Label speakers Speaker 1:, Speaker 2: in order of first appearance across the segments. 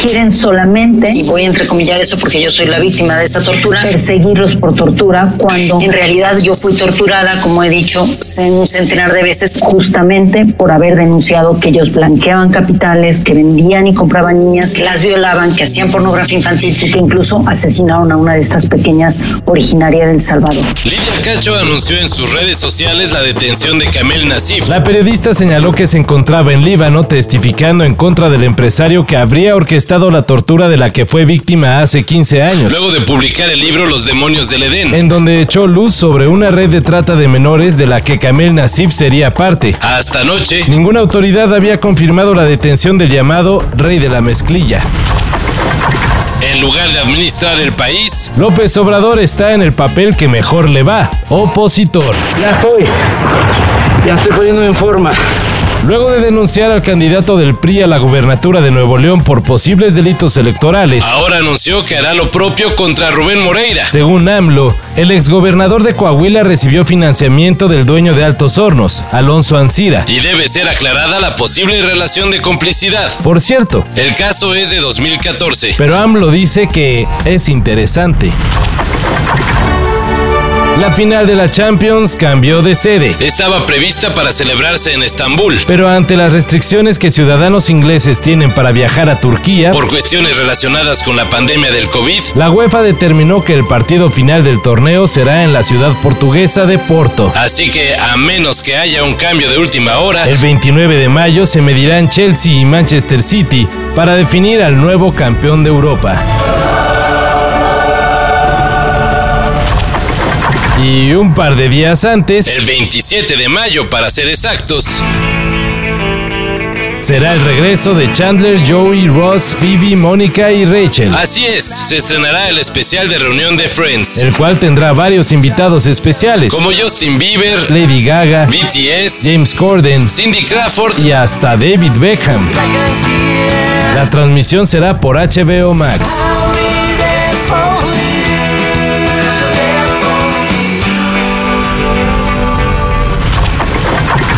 Speaker 1: Quieren solamente, y voy a entrecomillar eso porque yo soy la víctima de esa tortura, perseguirlos por tortura cuando en realidad yo fui torturada, como he dicho, en un centenar de veces justamente por haber denunciado que ellos blanqueaban capitales, que vendían y compraban niñas, que las violaban, que hacían pornografía infantil y que incluso asesinaron a una de estas pequeñas originaria del Salvador.
Speaker 2: Lidia Cacho anunció en sus redes sociales la detención de Kamel Nasif.
Speaker 3: La periodista señaló que se encontraba en Líbano testificando en contra del empresario que habría orquestado la tortura de la que fue víctima hace 15 años,
Speaker 2: Luego de publicar el libro Los demonios del Edén,
Speaker 3: en donde echó luz sobre una red de trata de menores de la que Kamel Nasif sería parte.
Speaker 2: hasta anoche,
Speaker 3: Ninguna autoridad había confirmado la detención del llamado Rey de la Mezclilla.
Speaker 2: en lugar de administrar el país,
Speaker 3: López Obrador está en el papel que mejor le va, opositor.
Speaker 4: Ya estoy. Ya estoy poniéndome en forma.
Speaker 3: Luego de denunciar al candidato del PRI a la gubernatura de Nuevo León por posibles delitos electorales,
Speaker 2: ahora anunció que hará lo propio contra Rubén Moreira.
Speaker 3: según AMLO, el exgobernador de Coahuila recibió financiamiento del dueño de Altos Hornos, Alonso Ancira.
Speaker 2: Y debe ser aclarada la posible relación de complicidad.
Speaker 3: Por cierto,
Speaker 2: El caso es de 2014.
Speaker 3: pero AMLO dice que es interesante. La final de la Champions cambió de sede.
Speaker 2: Estaba prevista para celebrarse en Estambul.
Speaker 3: Pero ante las restricciones que ciudadanos ingleses tienen para viajar a Turquía,
Speaker 2: Por cuestiones relacionadas con la pandemia del COVID,
Speaker 3: la UEFA determinó que el partido final del torneo será en la ciudad portuguesa de Porto.
Speaker 2: así que a menos que haya un cambio de última hora,
Speaker 3: El 29 de mayo se medirán Chelsea y Manchester City para definir al nuevo campeón de Europa. Y un par de días
Speaker 2: el
Speaker 3: antes
Speaker 2: 27 de mayo para ser exactos,
Speaker 3: será el regreso de Chandler, Joey, Ross, Phoebe, Mónica y Rachel,
Speaker 2: así es, se estrenará el especial de reunión de Friends,
Speaker 3: el cual tendrá varios invitados especiales,
Speaker 2: como Justin Bieber,
Speaker 3: Lady Gaga,
Speaker 2: BTS,
Speaker 3: James Corden
Speaker 2: Cindy Crawford,
Speaker 3: y hasta David Beckham. La transmisión será por HBO Max.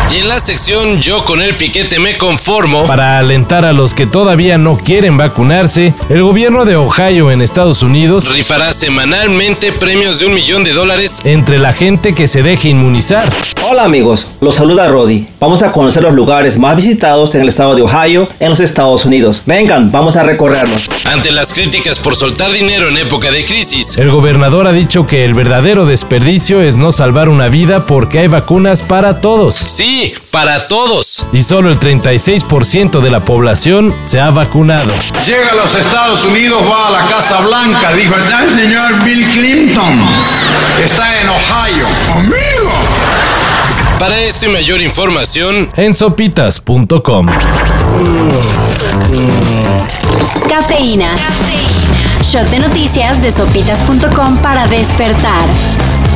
Speaker 2: y en la sección Yo con el piquete me conformo,
Speaker 3: Para alentar a los que todavía no quieren vacunarse, el gobierno de Ohio en Estados Unidos
Speaker 2: rifará semanalmente premios de un millón de dólares
Speaker 3: entre la gente que se deje inmunizar.
Speaker 5: Hola amigos, los saluda Roddy. Vamos a conocer los lugares más visitados en el estado de Ohio, en los Estados Unidos. Vengan, vamos a recorrerlos.
Speaker 2: ante las críticas por soltar dinero en época de crisis.
Speaker 3: El gobernador ha dicho que el verdadero desperdicio es no salvar una vida porque hay vacunas para todos.
Speaker 2: Sí, para todos.
Speaker 3: Y solo el 36% de la población se ha vacunado.
Speaker 6: Llega a los Estados Unidos, va a la Casa Blanca, dijo, está el señor Bill Clinton, está en Ohio. ¡Amigo!
Speaker 2: Para eso y mayor información,
Speaker 3: En sopitas.com.
Speaker 7: Cafeína. Shot de noticias de sopitas.com para despertar.